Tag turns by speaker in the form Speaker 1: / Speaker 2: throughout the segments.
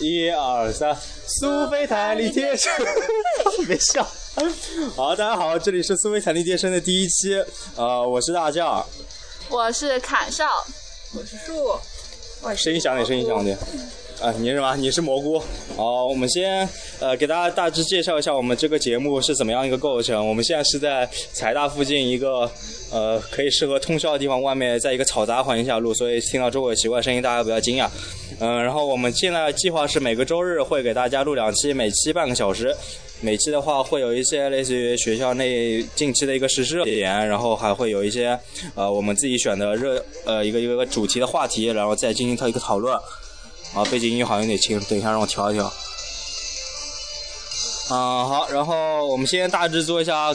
Speaker 1: 一二三，苏菲弹力贴身， 别笑。好，大家好，这里是苏菲弹力贴身的第一期，呃，我是大酱，
Speaker 2: 我是砍少，
Speaker 3: 我是树，
Speaker 2: 我
Speaker 1: 声音响点，声音响点。啊，你是什么？你是蘑菇。好，我们先呃给大家大致介绍一下我们这个节目是怎么样一个构成。我们现在是在财大附近一个呃可以适合通宵的地方，外面在一个嘈杂环境下录，所以听到周围有奇怪声音，大家不要惊讶。嗯、然后我们现在计划是每个周日会给大家录两期，每期半个小时。每期的话会有一些类似于学校内近期的一个时事点，然后还会有一些呃我们自己选的热呃一个一个一个主题的话题，然后再进行它一个讨论。啊，背景音乐好像有点轻，等一下让我调一调。嗯，好，然后我们先大致做一下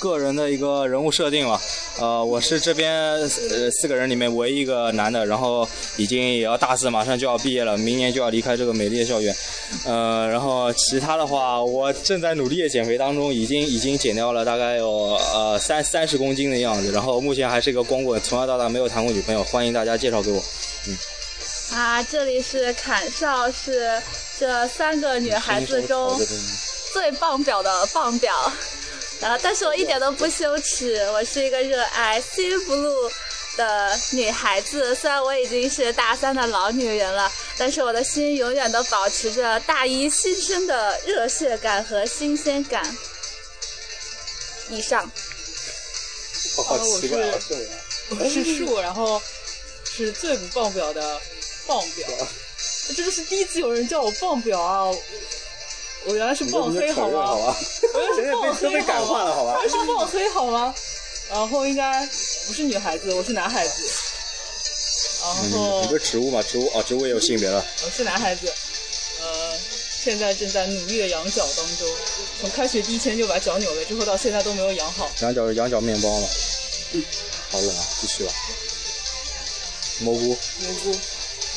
Speaker 1: 个人的一个人物设定吧。呃，我是这边呃四个人里面唯一一个男的，然后已经也要大四，马上就要毕业了，明年就要离开这个美丽的校园。呃，然后其他的话，我正在努力的减肥当中，已经已经减掉了大概有呃三三十公斤的样子，然后目前还是一个光棍，从小到大没有谈过女朋友，欢迎大家介绍给我。
Speaker 2: 啊，这里是砍少，是这三个女孩子中最棒表的棒表。啊，但是我一点都不羞耻，我是一个热爱 C blue 的女孩子。虽然我已经是大三的老女人了，但是我的心永远都保持着大一新生的热血感和新鲜感。以上，
Speaker 1: 好
Speaker 3: 好奇怪好
Speaker 1: 秀啊！
Speaker 3: 我是
Speaker 4: 哎
Speaker 3: 树，然后是最不爆表的爆表。这就是第一次有人叫我爆表啊！我我原来是爆黑好吗？
Speaker 1: 吧？
Speaker 3: 我 原来是爆黑好吗？
Speaker 1: 了，好
Speaker 3: 我原来是爆黑好吗？然后应该不是女孩子，我是男孩子。
Speaker 4: 嗯
Speaker 3: 然后
Speaker 1: 你不是植物嘛？植物哦，植物也有性别了。
Speaker 3: 我是男孩子，呃，现在正在努力的养脚当中。从开学第一天就把脚扭了，之后到现在都没有养好。
Speaker 1: 羊角羊角面包嘛。好冷啊，继续吧。蘑菇，
Speaker 3: 蘑菇，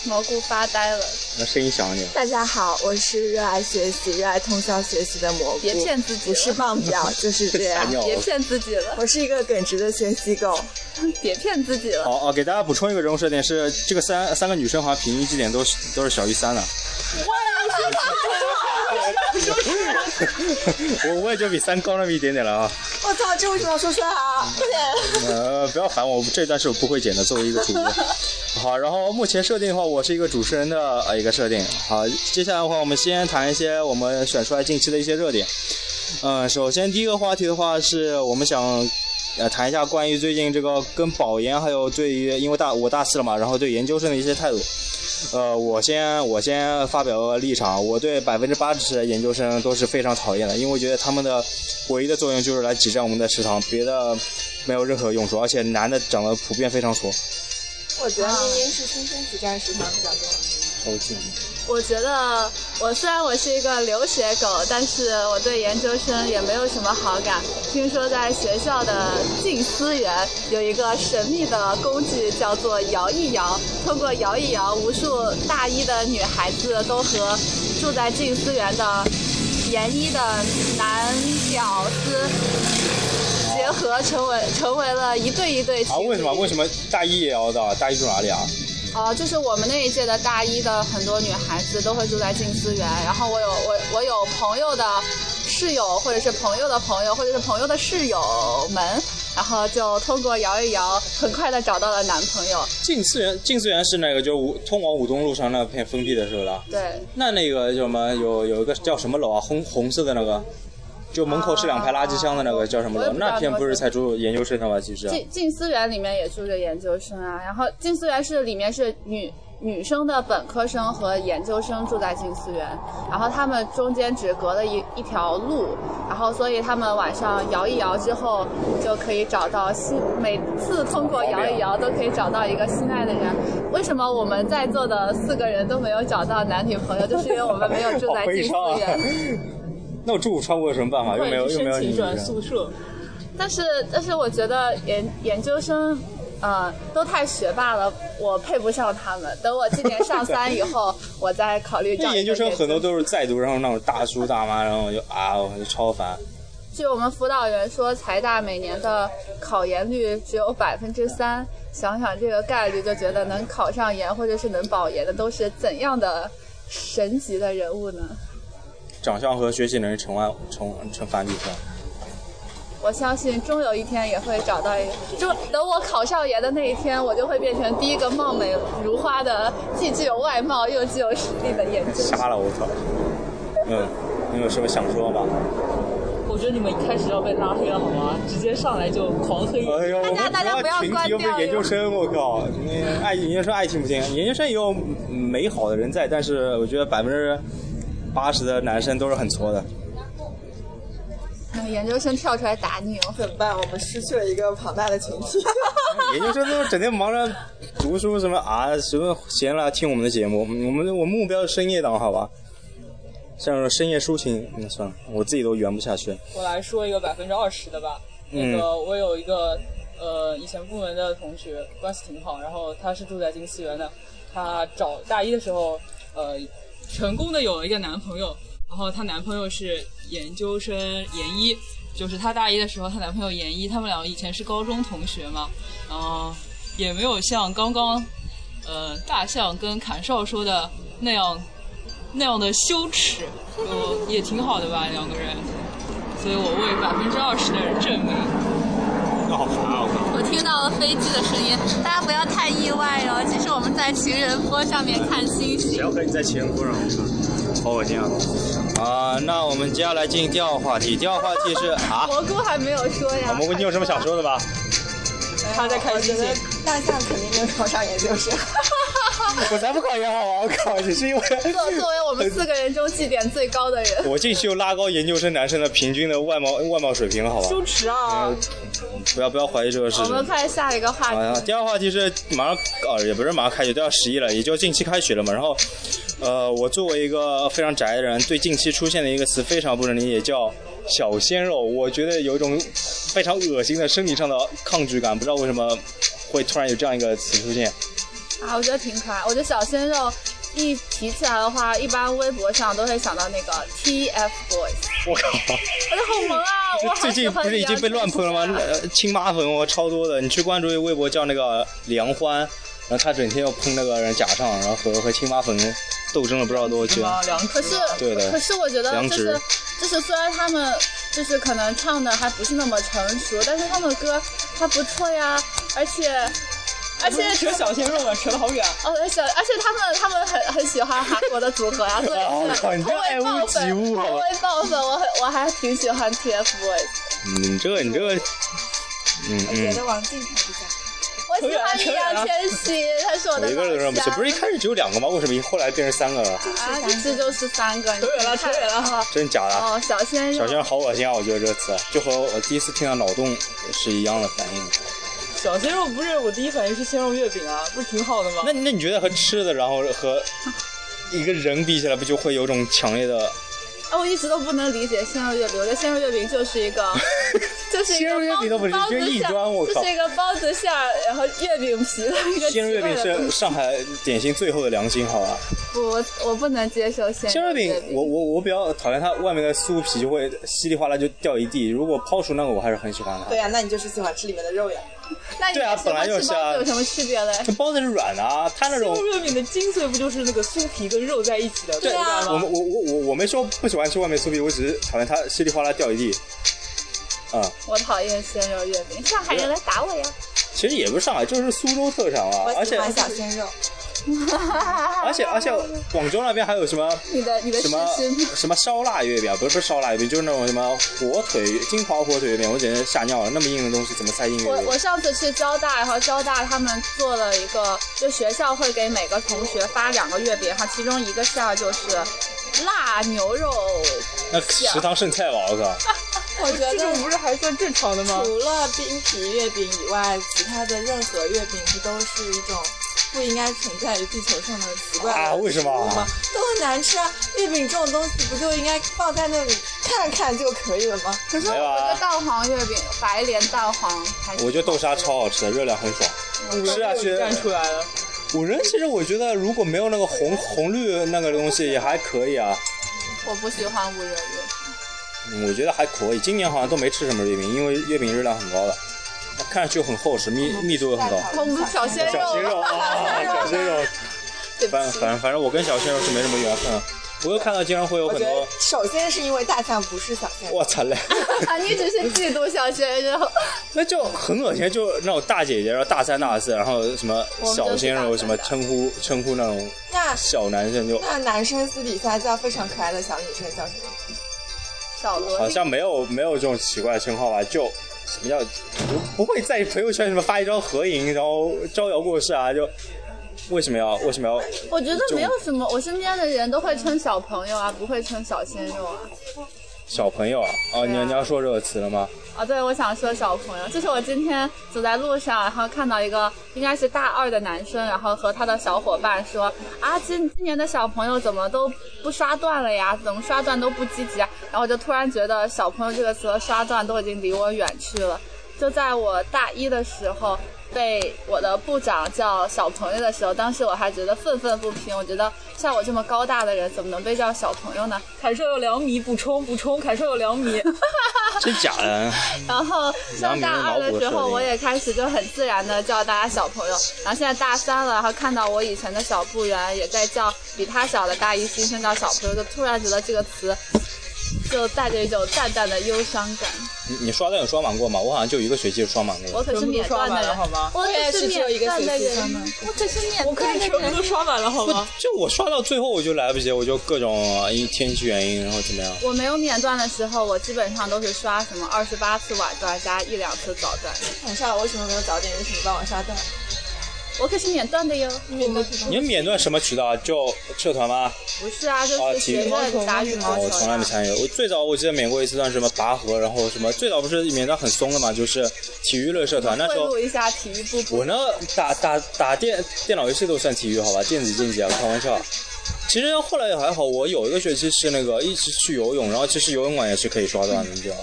Speaker 2: 蘑菇发呆了，
Speaker 1: 那声音响一点。
Speaker 4: 大家好，我是热爱学习、热爱通宵学习的蘑菇。
Speaker 2: 别骗自己
Speaker 4: 不是
Speaker 2: 了，
Speaker 4: 棒表，就是这
Speaker 1: 吓
Speaker 3: 啊
Speaker 4: 样。
Speaker 1: 尿
Speaker 2: 别
Speaker 1: 了。
Speaker 2: 骗自己了，
Speaker 4: 我是一个耿直的学习狗，
Speaker 2: 别骗自己了。
Speaker 1: 好哦，给大家补充一个人物设定是，这个三三个女生好像平均绩点都是都是小于三的。 我我也就比三高那么一点点了啊。
Speaker 4: 我操，这为什么要说出来啊？快点！
Speaker 1: 呃，不要烦我，这段是我不会剪的。作为一个主播，好，然后目前设定的话，我是一个主持人的呃一个设定。好，接下来的话，我们先谈一些我们选出来近期的一些热点。嗯，首先第一个话题的话，是我们想。呃，谈一下关于最近这个跟保研，还有对于因为大我大四了嘛，然后对研究生的一些态度。呃，我先我先发表个立场，我对百分之八十的研究生都是非常讨厌的，因为我觉得他们的唯一的作用就是来挤占我们的食堂，别的没有任何用处，而且男的长得普遍非常矬。
Speaker 4: 我觉得明明是新生几战食堂比较多。
Speaker 1: 偷进
Speaker 2: 我觉得我虽然我是一个留学狗，但是我对研究生也没有什么好感。听说在学校的静思园有一个神秘的工具叫做摇一摇，通过摇一摇，无数大一的女孩子都和住在静思园的研一的男屌丝结合，成为成为了一对一对情
Speaker 1: 啊？为什么？
Speaker 2: 侣
Speaker 1: 为什么大一也要到？大一住哪里啊？
Speaker 2: 哦，就是我们那一届的大一的很多女孩子都会住在静思园，然后我有我我有朋友的室友，或者是朋友的朋友，或者是朋友的室友们，然后就通过摇一摇，很快的找到了男朋友。
Speaker 1: 静思园，静思园是那个就五通往五中路上那片封闭的是不是啊？
Speaker 2: 对，
Speaker 1: 那那个叫什么？有有一个叫什么楼啊？红红色的那个，就门口是两排垃圾箱的那个叫什么
Speaker 2: 我也
Speaker 1: 楼？
Speaker 2: 不知道
Speaker 1: 那片不是才住研究生的吗？其实。
Speaker 2: 静静思园里面也住着研究生啊，然后静思园是里面是女女生的本科生和研究生住在静思园，然后他们中间只隔了一一条路，然后所以他们晚上摇一摇之后就可以找到心，每次通过摇一摇都可以找到一个心爱的人。为什么我们在座的四个人都没有找到男女朋友，就是因为我们没有住在
Speaker 1: 好悲
Speaker 2: 静
Speaker 1: 伤啊
Speaker 2: 思园。！
Speaker 1: 那我住五川我有什么办法？又没有又没有
Speaker 3: 申
Speaker 1: 女
Speaker 3: 请转
Speaker 1: 生。
Speaker 3: 宿舍。
Speaker 2: 但是，但是我觉得研研究生，呃，都太学霸了，我配不上他们。等我今年 上三以后，我再考虑找
Speaker 1: 那
Speaker 2: 一个
Speaker 1: 研究生很多都是在读，然后那种大叔大妈，然后我就啊，我就超烦。
Speaker 2: 据我们辅导员说，财大每年的考研率只有百分之三，想想这个概率，就觉得能考上研或者是能保研的都是怎样的神级的人物呢？
Speaker 1: 长相和学习能力成万成成反比是吧？
Speaker 2: 我相信终有一天也会找到一，终等我考上研的那一天，我就会变成第一个貌美如花的，既具有外貌又具有实力的研究生。
Speaker 1: 瞎了我操！嗯，你有什么想说吗？
Speaker 3: 我觉得你们一开始要被拉黑了好吗？直接上来就狂黑。
Speaker 1: 哎呦，我们
Speaker 2: 大家
Speaker 1: 不
Speaker 2: 不要
Speaker 1: 群
Speaker 2: 关
Speaker 1: 体又不是
Speaker 2: 掉
Speaker 1: 研究
Speaker 2: 哟
Speaker 1: 生，我靠！你爱研究生爱听不听？研究生也有美好的人在，但是我觉得百分之八十的男生都是很挫的。
Speaker 2: 哎研究生跳出来打你哦！
Speaker 4: 怎么办？我们失去了一个庞大的群体。
Speaker 1: 研究生都整天忙着读书什么啊，什么闲了听我们的节目。我们我们目标是深夜档，好吧？像这种深夜抒情，那算了，我自己都圆不下去。
Speaker 3: 我来说一个百分之二十的吧。
Speaker 1: 嗯
Speaker 3: 那个我有一个呃以前部门的同学，关系挺好，然后他是住在金溪园的，他找大一的时候呃成功的有了一个男朋友，然后她男朋友是研究生研一，就是她大一的时候她男朋友研一，他们两个以前是高中同学嘛，然后也没有像刚刚呃大象跟砍少说的那样。那样的羞耻，就也挺好的吧，两个人。所以我为百分之二十的人证明。
Speaker 1: 那好烦啊！我靠，
Speaker 2: 我听到了飞机的声音，大家不要太意外哦。其实我们在情人坡上面看星星。
Speaker 1: 谁要和你在情人坡上？我靠，好恶心啊！啊、那我们接下来进第二个话题。第二个话题是啊，
Speaker 2: 蘑菇还没有说呀。
Speaker 1: 蘑菇，你有什么想说的吧？
Speaker 3: 他在看
Speaker 4: 我觉
Speaker 3: 星
Speaker 4: 得
Speaker 3: 星，
Speaker 4: 大象肯定能考上研究生。
Speaker 1: 我才不考研好吧！我靠，你是因为
Speaker 2: 作作为我们四个人中绩点最高的 人，
Speaker 1: 我进去又拉高研究生男生的平均的外貌外貌水平，好吧？
Speaker 3: 羞耻啊！
Speaker 1: 不要不要怀疑这个事
Speaker 2: 我
Speaker 1: 实。
Speaker 2: 们看下一个话
Speaker 1: 好呀，
Speaker 2: 题。
Speaker 1: 啊第二个话题是马上呃，也不是马上开学，都要十一了，也就近期开学了嘛。然后，呃，我作为一个非常宅的人，对近期出现的一个词非常不能理解，叫“小鲜肉”。我觉得有一种非常恶心的生理上的抗拒感，不知道为什么会突然有这样一个词出现。
Speaker 2: 啊，我觉得挺可爱。我觉得小鲜肉一提起来的话，一般微博上都会想到那个 TFBOYS。
Speaker 1: 我靠！
Speaker 2: 我觉得好萌啊！我好
Speaker 1: 最
Speaker 2: 喜
Speaker 1: 近
Speaker 2: 欢
Speaker 1: 不是已经被乱喷了吗？
Speaker 2: 杨丞琳啊
Speaker 1: 呃，亲妈粉我超多的，你去关注一个微博叫那个梁欢，然后他整天要喷那个人假上，然后和和亲妈粉斗争了不知道多久
Speaker 3: 什。么梁
Speaker 2: 可是，
Speaker 1: 对的
Speaker 2: 可是我觉得
Speaker 1: 良
Speaker 2: 就
Speaker 1: 知
Speaker 2: 是就是，虽然他们就是可能唱的还不是那么成熟，但是他们的歌还不错呀，而且而且
Speaker 3: 扯小鲜肉了，扯得好远。啊
Speaker 2: 哦，而且而且他们他们很很喜欢韩国的组合呀，所
Speaker 1: 我
Speaker 2: 以
Speaker 1: 哦
Speaker 2: 是
Speaker 1: 靠你这
Speaker 2: 同
Speaker 1: 爱
Speaker 2: 为
Speaker 1: 屋
Speaker 2: 爆
Speaker 1: 及乌好
Speaker 2: 粉，
Speaker 1: 吧
Speaker 2: 同为爆粉，我很我还挺喜欢 TFBOYS，
Speaker 1: 你这个你这个，嗯
Speaker 4: 觉
Speaker 1: 嗯，
Speaker 4: 得王静看不上。
Speaker 2: 我喜欢易烊千玺，他是我
Speaker 1: 我
Speaker 2: 的
Speaker 1: 一个人
Speaker 2: 偶
Speaker 1: 认不起，
Speaker 2: 像。
Speaker 1: 不是一开始只有两个吗？为什么后来变成三个了？
Speaker 2: 啊，一直就是三个，
Speaker 3: 扯远了，扯远了。
Speaker 1: 真假的？
Speaker 2: 哦，小鲜
Speaker 1: 小
Speaker 2: 肉
Speaker 1: 鲜肉好恶心啊！我觉得这个词就和我第一次听到脑洞是一样的反应。
Speaker 3: 小鲜肉不是我第一反应是鲜肉月饼啊，不是挺好的吗
Speaker 1: 那？那你觉得和吃的，然后和一个人比起来，不就会有种强烈的
Speaker 2: 啊，我一直都不能理解鲜肉月饼，我觉得鲜肉月饼就是一 个，就是一
Speaker 1: 鲜肉
Speaker 2: 个
Speaker 1: 月饼都不是
Speaker 2: 包
Speaker 1: 这
Speaker 2: 子
Speaker 1: 是异
Speaker 2: 馅
Speaker 1: 端我
Speaker 2: 儿，
Speaker 1: 靠
Speaker 2: 就是一个包子馅儿，然后月饼皮的一个奇
Speaker 1: 鲜肉月
Speaker 2: 怪
Speaker 1: 饼是
Speaker 2: 的
Speaker 1: 上海点心最后的良心，好吧？
Speaker 2: 不，我我不能接受鲜
Speaker 1: 鲜肉
Speaker 2: 肉
Speaker 1: 月饼，我我我比较讨厌它外面的酥皮就会稀里哗啦就掉一地。如果抛除那个，我还是很喜欢它。
Speaker 4: 对呀、啊那你就是喜欢吃里面的肉呀。
Speaker 2: 那你
Speaker 1: 对啊
Speaker 2: 喜
Speaker 1: 本来
Speaker 2: 欢
Speaker 1: 就是
Speaker 2: 吃包
Speaker 1: 啊
Speaker 2: 子有什么区别嘞？
Speaker 1: 那包子是软的啊，它那
Speaker 3: 鲜
Speaker 1: 种
Speaker 3: 肉月饼的精髓不就是那个酥皮跟肉在一起的？
Speaker 1: 对
Speaker 3: 口感吗
Speaker 1: 我们我我我我没说不喜欢吃外面酥皮，我只是讨厌它稀里哗啦掉一地。啊、
Speaker 2: 我讨厌鲜肉月饼，上海人来打我呀！
Speaker 1: 其实也不是上海，就是苏州特产啊。
Speaker 4: 我
Speaker 1: 而
Speaker 4: 喜
Speaker 1: 且
Speaker 4: 欢小鲜肉。
Speaker 1: 而且而且广州那边还有什么
Speaker 2: 你的你的
Speaker 1: 什
Speaker 2: 视
Speaker 1: 么
Speaker 2: 频，
Speaker 1: 什么烧腊月饼，啊不是不是烧腊月饼，就是那种什么火腿金华火腿月饼，我简直吓尿了，那么硬的东西怎么塞进月
Speaker 2: 我
Speaker 1: 饼
Speaker 2: 我？上次去交大，然后交大他们做了一个，就学校会给每个同学发两个月饼，然后其中一个馅儿就是辣牛肉，
Speaker 1: 那食堂剩菜吧，我靠！
Speaker 4: 我觉
Speaker 3: 这种
Speaker 4: 得
Speaker 3: 不是还算正常的吗？
Speaker 4: 除了冰皮月饼以外，其他的任何月饼不都是一种不应该存在于地球上的奇怪的
Speaker 1: 啊为什么
Speaker 4: 食物吗？都很难吃啊！月饼这种东西不就应该放在那里看看就可以了吗？
Speaker 2: 可是我
Speaker 1: 没有啊
Speaker 2: 觉得蛋黄月饼，白莲蛋黄还是
Speaker 1: 我觉得豆沙超好吃的，热量很爽。是啊是啊
Speaker 3: 站出来了。
Speaker 1: 五仁其实我觉得如果没有那个红红绿那个东西也还可以啊，
Speaker 2: 我不喜欢五仁月饼。
Speaker 1: 嗯我觉得还可以。今年好像都没吃什么月饼，因为月饼热量很高的，看上去又很厚实，密密度又很高。
Speaker 2: 我们小鲜
Speaker 1: 小鲜
Speaker 2: 肉
Speaker 1: 肉啊，小鲜肉，
Speaker 4: 对不
Speaker 1: 反
Speaker 4: 起。
Speaker 1: 反反正我跟小鲜肉是没什么缘分，啊我又看到经常会有
Speaker 4: 我
Speaker 1: 很
Speaker 4: 觉得
Speaker 1: 多，
Speaker 4: 首先是因为大象不是小象，
Speaker 1: 我 操嘞，
Speaker 2: 啊，你只是嫉妒小鲜肉，
Speaker 1: 那就很恶心，就那种大姐姐，然后大三大四，然后什么小鲜肉什么称呼称呼那种
Speaker 4: 那
Speaker 1: 小男生就
Speaker 4: 那男生私底下叫非常可爱的小女生叫什么？
Speaker 2: 小萝莉。
Speaker 1: 好像没有没有这种奇怪的称号吧？就什么叫不不会在朋友圈什么发一张合影，然后招摇过市啊？就为什么要为什么要？
Speaker 2: 我觉得没有什么，我身边的人都会称小朋友啊，不会称小鲜肉啊。
Speaker 1: 小朋友啊，哦，你
Speaker 2: 对啊
Speaker 1: 你要说这个词了吗？
Speaker 2: 啊，对，我想说小朋友，就是我今天走在路上，然后看到一个应该是大二的男生，然后和他的小伙伴说啊，今今年的小朋友怎么都不刷段了呀？怎么刷段都不积极啊？然后我就突然觉得“小朋友”这个词和刷段都已经离我远去了。就在我大一的时候，被我的部长叫小朋友的时候，当时我还觉得愤愤不平，我觉得像我这么高大的人，怎么能被叫小朋友呢？
Speaker 3: 凯硕有两米，补充补充，凯硕有两米。
Speaker 1: 真假的？
Speaker 2: 然后上大二
Speaker 1: 然后你们脑
Speaker 2: 的时
Speaker 1: 补的设
Speaker 2: 候，
Speaker 1: 定
Speaker 2: 我也开始就很自然的叫大家小朋友。然后现在大三了，然后看到我以前的小部员也在叫比他小的大一新生叫小朋友，就突然觉得这个词就带着一种淡淡的忧伤感。
Speaker 1: 你你刷段有刷满过吗？我好像就一个学期刷满过
Speaker 2: 我。可是
Speaker 3: 全部都
Speaker 2: 免
Speaker 3: 刷
Speaker 2: 段的
Speaker 3: 满了
Speaker 2: 人，
Speaker 3: 好吗？
Speaker 2: 我可是
Speaker 4: 只有一
Speaker 2: 免
Speaker 4: 个
Speaker 2: 段的
Speaker 4: 学期刷
Speaker 2: 人
Speaker 4: 满，
Speaker 2: 我可是免
Speaker 3: 我可
Speaker 2: 段
Speaker 3: 以
Speaker 2: 的
Speaker 3: 全部都
Speaker 2: 人。
Speaker 3: 刷满了好 吗？
Speaker 1: 就我刷到最后我就来不及，我就各种啊因天气原因，然后怎么样？
Speaker 2: 我没有免段的时候，我基本上都是刷什么二十八次晚段加一两次早段。
Speaker 4: 晚上我为什么没有早点认识你帮我刷段？
Speaker 2: 我可是免段的哟，
Speaker 1: 你们免段什么渠道？啊就社团吗？
Speaker 2: 不是啊，就
Speaker 1: 啊
Speaker 2: 是
Speaker 1: 体育
Speaker 2: 学
Speaker 4: 球
Speaker 2: 院打羽
Speaker 1: 哦
Speaker 2: 毛
Speaker 1: 我
Speaker 2: 球
Speaker 1: 从来
Speaker 2: 的
Speaker 1: 没。参与。我最早我记得免过一次段什么拔河，然后什么最早不是免段很松的嘛，就是体育类社团。那
Speaker 2: 贿
Speaker 1: 时候
Speaker 2: 赂一下体育部部
Speaker 1: 我呢打打打电电脑游戏都算体育好吧，电子竞技啊，开玩笑。其实后来也还好，我有一个学期是呃那个一直去游泳，然后其实游泳馆也是可以刷段的，你知道吧？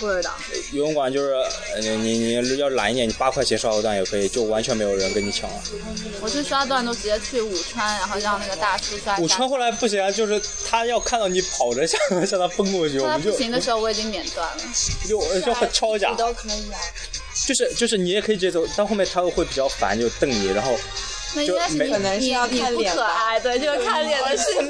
Speaker 2: 不知道。
Speaker 1: 游泳馆就是呃你你你要懒一点，你八块钱刷个段也可以，就完全没有人跟你抢啊。
Speaker 2: 我是刷段都直接去武川，然后让那个大叔刷一下。
Speaker 1: 武川后来不行啊，就是他要看到你跑着向向他奔过去，我
Speaker 2: 后来
Speaker 1: 们
Speaker 2: 不
Speaker 1: 就
Speaker 2: 行的时候，我已经免段了。
Speaker 1: 就就很超假
Speaker 4: 你。 都可以啊。
Speaker 1: 就是就是你也可以直接走，但后面他会比较烦，就瞪你，然后
Speaker 2: 那应该是你
Speaker 1: 就没可嗯
Speaker 4: 能是
Speaker 2: 你
Speaker 4: 要
Speaker 2: 你
Speaker 4: 看
Speaker 2: 不
Speaker 4: 脸
Speaker 2: 可
Speaker 4: 吧
Speaker 2: 爱，对，就是看脸的事情。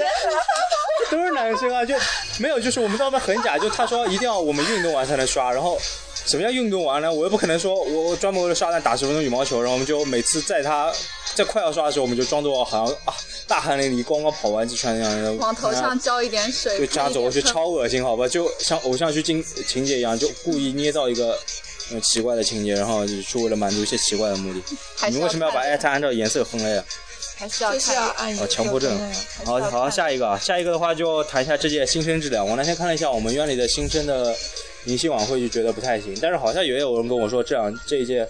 Speaker 1: 都是男生啊，就没有就是我们当时很假，就他说一定要我们运动完才能刷，然后什么叫运动完呢？我又不可能说我我专门为了刷蛋打十分钟羽毛球，然后我们就每次在他在快要刷的时候，我们就装作好像啊大汗淋漓，光光跑完几圈那样的，
Speaker 2: 往头上浇一点水，
Speaker 1: 就加走过去，
Speaker 2: 喷一点
Speaker 1: 超恶心，好吧？就像偶像剧情情节一样，就故意捏造一个。嗯，奇怪的情节，然后就去为了满足一些奇怪的目的。
Speaker 2: 还
Speaker 1: 你
Speaker 2: 是
Speaker 1: 为什么要把
Speaker 2: 看
Speaker 1: 艾特按照颜色分类啊？
Speaker 2: 还是要
Speaker 4: 就是
Speaker 2: 看
Speaker 4: 要
Speaker 2: 脸？
Speaker 4: 按一
Speaker 1: 哦，
Speaker 4: 个
Speaker 1: 强迫症
Speaker 4: 标准的。
Speaker 1: 好
Speaker 2: 要
Speaker 1: 好，
Speaker 2: 看
Speaker 1: 下一个，啊，下一个的话就谈一下这届新生质量。我那天看了一下我们院里的新生的迎新晚会，就觉得不太行。但是好像也有人跟我说，这样这一届，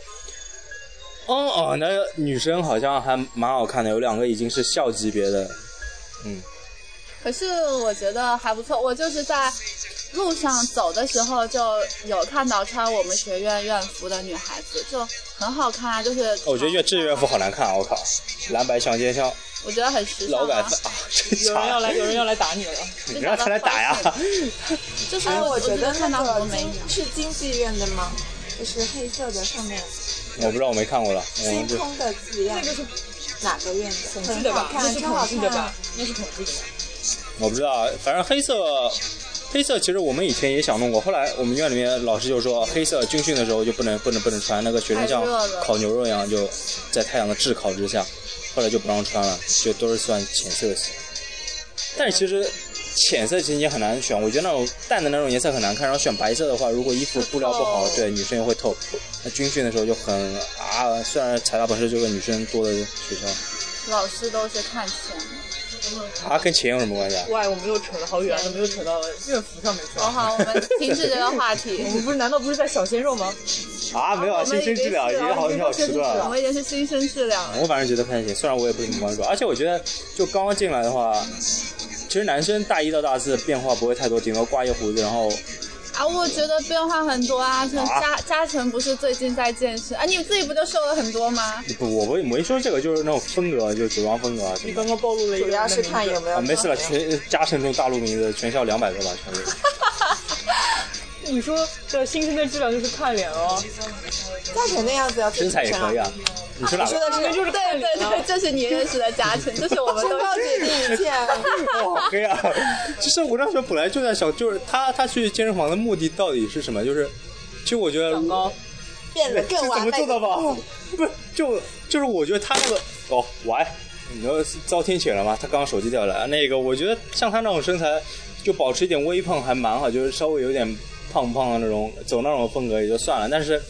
Speaker 1: 嗯哦，那个女生好像还蛮好看的，有两个已经是校级别的。
Speaker 2: 可是我觉得还不错，我就是在路上走的时候就有看到穿我们学院院服的女孩子，就很好看啊，就是
Speaker 1: 哦我觉得越志愿服好难看啊！我靠，蓝白相间像
Speaker 2: 我觉得很时尚
Speaker 1: 劳改
Speaker 2: 啊，
Speaker 1: 犯啊，真
Speaker 3: 有人
Speaker 1: 假
Speaker 3: 要来，
Speaker 1: 的？
Speaker 3: 有人要来打你了。
Speaker 1: 你让他来打呀！
Speaker 2: 就是
Speaker 4: 哎，我觉得
Speaker 2: 看
Speaker 4: 那
Speaker 2: 到很多
Speaker 4: 个
Speaker 2: 美女
Speaker 4: 经。是经济院的吗？就是黑色的上
Speaker 1: 哦
Speaker 4: 面
Speaker 1: 我不知道，我没看过了。我
Speaker 4: 星
Speaker 1: 就
Speaker 4: 空的字样
Speaker 3: 那，个是
Speaker 4: 哪个院的？
Speaker 3: 统计的
Speaker 4: 很
Speaker 3: 吧？
Speaker 4: 好
Speaker 3: 那
Speaker 4: 看，
Speaker 3: 是
Speaker 4: 超好
Speaker 3: 统计的吧
Speaker 4: 看啊。？
Speaker 3: 那是统计的吧。
Speaker 1: 我不知道，反正黑色，黑色其实我们以前也想弄过，后来我们院里面老师就说，黑色军训的时候就不能不能不能穿，那个学生像
Speaker 2: 太热了
Speaker 1: 烤牛肉一样，就在太阳的炙烤之下，后来就不让穿了，就都是算浅色系。但是其实浅色其实也很难选，我觉得那种淡的那种颜色很难看，然后选白色的话，如果衣服布料不好
Speaker 2: 透，
Speaker 1: 对女生也会透。那军训的时候就很啊，虽然财大本是这个女生多的学校，
Speaker 2: 老师都是看钱的。
Speaker 1: 啊跟钱有什么关系啊？
Speaker 3: 哇，我们又扯了好远，怎么又扯到了乐福上面去啊
Speaker 2: 好
Speaker 3: 了？
Speaker 2: 好，我们停止这个话
Speaker 3: 我
Speaker 2: 题。
Speaker 3: 们不是难道不是在小鲜肉吗？
Speaker 1: 啊 没有啊，
Speaker 2: 我们
Speaker 1: 新生质量
Speaker 2: 已
Speaker 1: 也
Speaker 2: 经是
Speaker 1: 好啊像迟钝了
Speaker 2: 我。们已经是新生质量了。
Speaker 1: 我反正觉得不太行，虽然我也不怎么关注，而且我觉得就刚刚进来的话，其实男生大一到大四变化不会太多，顶多刮一个胡子，然后
Speaker 2: 啊，我觉得变化很多啊，像
Speaker 1: 啊
Speaker 2: 嘉嘉诚不是最近在健身啊？你自己不就瘦了很多吗？
Speaker 1: 不，我不没说这个，就是那种风格，就是酒庄风格啊什
Speaker 3: 你
Speaker 1: 么
Speaker 3: 刚
Speaker 1: 的。
Speaker 3: 刚暴露了一个
Speaker 4: 主要是
Speaker 3: 人的
Speaker 4: 看
Speaker 3: 名字
Speaker 4: 有没有
Speaker 1: 啊，没事了，全加成中大陆名字，全校两百个吧，全部。
Speaker 3: 你说的新生的质量就是看脸哦。
Speaker 4: 加成那样子要
Speaker 1: 身材也可以
Speaker 4: 啊。
Speaker 1: 啊，你说哪
Speaker 4: 你说
Speaker 1: 个？
Speaker 4: 的是
Speaker 3: 就是看
Speaker 2: 对
Speaker 3: 脸
Speaker 1: 啊
Speaker 2: 对对，这是你认识的嘉诚，这是我们
Speaker 4: 申
Speaker 2: 都
Speaker 1: 哦
Speaker 4: 报决定一切，
Speaker 1: 哇，好黑啊！ 其实我那时候本来就在想，就是他他去健身房的目的到底是什么？就是，其实我觉得
Speaker 3: 长高，
Speaker 4: 变得更完
Speaker 1: 怎
Speaker 4: 美。哦
Speaker 1: 么做到吧？ 不是，就就是我觉得他那个哦，喂，你知道遭天谴了吗？他刚刚手机掉了。那个，我觉得像他那种身材，就保持一点微胖还蛮好，就是稍微有点胖胖的那种，走那种风格也就算了。但是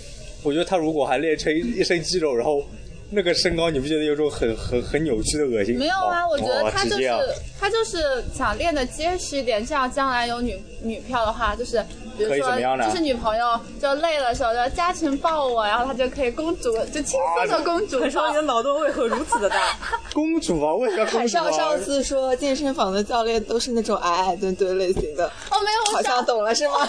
Speaker 1: 我觉得他如果还练成一身肌肉，然后那个身高，你不觉得有种很很很扭曲的恶心？
Speaker 2: 没有啊，
Speaker 1: 哦
Speaker 2: 我觉得
Speaker 1: 哦
Speaker 2: 他
Speaker 1: 直
Speaker 2: 就是、
Speaker 1: 接啊
Speaker 2: 他就是想练的结实一点，这样将来有女女票的话，就是比如
Speaker 1: 可以怎
Speaker 2: 说
Speaker 1: 么样呢
Speaker 2: 就是女朋友就累了时候，就嘉诚抱我，然后他就可以公主就轻松的公主
Speaker 5: 很少
Speaker 2: 抱
Speaker 5: 你。的脑洞为何如此的大？
Speaker 1: 公主啊，为什么要
Speaker 4: 海
Speaker 1: 公主
Speaker 4: 少
Speaker 1: 啊
Speaker 4: 上？次说健身房的教练都是那种矮矮墩墩类型的，
Speaker 2: 哦，没有，
Speaker 4: 好
Speaker 2: 我
Speaker 4: 像
Speaker 2: 上
Speaker 4: 懂了是吗？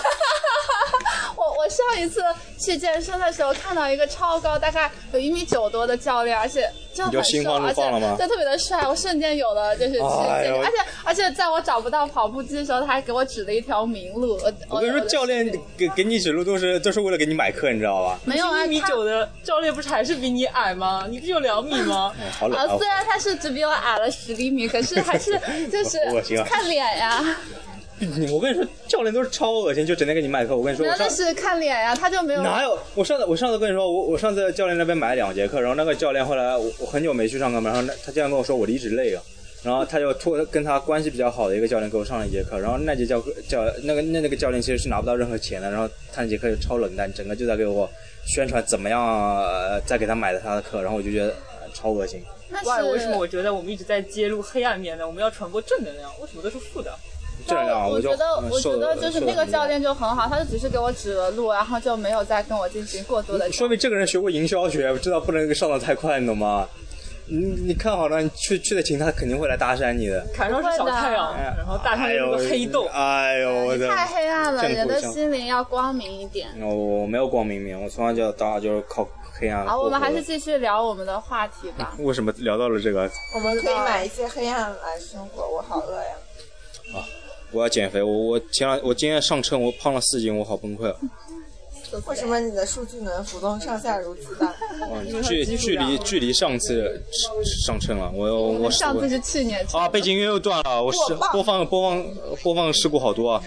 Speaker 2: 我我上一次去健身的时候，看到一个超高，大概有一米九多的教练，而且真
Speaker 1: 你
Speaker 2: 的
Speaker 1: 就
Speaker 2: 很
Speaker 1: 心
Speaker 2: 瘦，
Speaker 1: 花怒
Speaker 2: 而且
Speaker 1: 放了吗
Speaker 2: 对特别的帅，我瞬间有了就是去
Speaker 1: 哎
Speaker 2: 健
Speaker 1: 呦
Speaker 2: 身，而且而且在我找不到跑步机的时候，他还给我指了一条明路。我
Speaker 1: 我跟你说，教练给给你指路都是都是为了给你买课，你知道吧？
Speaker 2: 没有啊，
Speaker 3: 一米
Speaker 2: 他
Speaker 3: 九的教练不是还是比你矮吗？你不就两米 吗？
Speaker 1: 哎好冷
Speaker 2: 啊，
Speaker 1: 啊！
Speaker 2: 虽然他是只比我矮了十厘米，可是还 是就是
Speaker 1: 恶心啊
Speaker 2: 看脸呀，
Speaker 1: 你我跟你说，教练都是超恶心，就整天给你卖课。我跟你说，
Speaker 2: 没有
Speaker 1: 我
Speaker 2: 那
Speaker 1: 上
Speaker 2: 是看脸呀，他就没有。
Speaker 1: 哪有？我上次我上次跟你说，我我上次在教练那边买了两节课，然后那个教练后来我我很久没去上课嘛，然后那他经常跟我说我离职累了。然后他就托跟他关系比较好的一个教练给我上了一节课，然后那节教教那个那那个教练其实是拿不到任何钱的，然后他那节课就超冷淡，整个就在给我宣传怎么样、呃、再给他买的他的课，然后我就觉得、呃超恶心。
Speaker 2: 那
Speaker 3: 哇，
Speaker 2: 是
Speaker 3: 为什么我觉得我们一直在揭露黑暗面呢？我们要传播正能量，为什么都是负的？
Speaker 1: 这样
Speaker 2: 我
Speaker 1: 就
Speaker 2: 觉得，
Speaker 1: 嗯
Speaker 2: 我觉
Speaker 1: 受
Speaker 2: 得
Speaker 1: 了
Speaker 2: 就是
Speaker 1: 受
Speaker 2: 那
Speaker 1: 了
Speaker 2: 个
Speaker 1: 很
Speaker 2: 教
Speaker 1: 多
Speaker 2: 练就很好，他就只是给我指了路，然后就没有再跟我进行过多的。
Speaker 1: 说明这个人学过营销学，知道不能上的太快，你懂吗？你你看好了，你去去的勤，他肯定会来搭讪你的。
Speaker 3: 凯上是小太阳，
Speaker 1: 哎呀
Speaker 3: 然后大象是个黑洞。
Speaker 1: 哎呦我的！
Speaker 2: 太黑暗了，
Speaker 1: 正负
Speaker 2: 人的
Speaker 1: 相
Speaker 2: 心灵要光明一点。
Speaker 1: 我我没有光明面，我从小就到大就是靠黑暗。
Speaker 2: 好，我们还是
Speaker 1: 过
Speaker 2: 继续聊我们的话题吧。
Speaker 1: 活的为什么聊到了这个？
Speaker 4: 我们可以买一些黑暗来生活，我好饿呀！
Speaker 1: 我要减肥，我我前两我今天上称，我胖了四斤，我好崩溃 啊！
Speaker 4: 为什么你的数据能浮动上下如此 大？
Speaker 1: 哇
Speaker 3: 因为它
Speaker 1: 距
Speaker 3: 基数
Speaker 1: 距离
Speaker 3: 量
Speaker 1: 距离上次上称了，我我我
Speaker 2: 上次是去年，
Speaker 1: 啊背景音乐又断了，我是
Speaker 4: 播
Speaker 1: 播放
Speaker 4: 放
Speaker 1: 播放播放事故好多啊！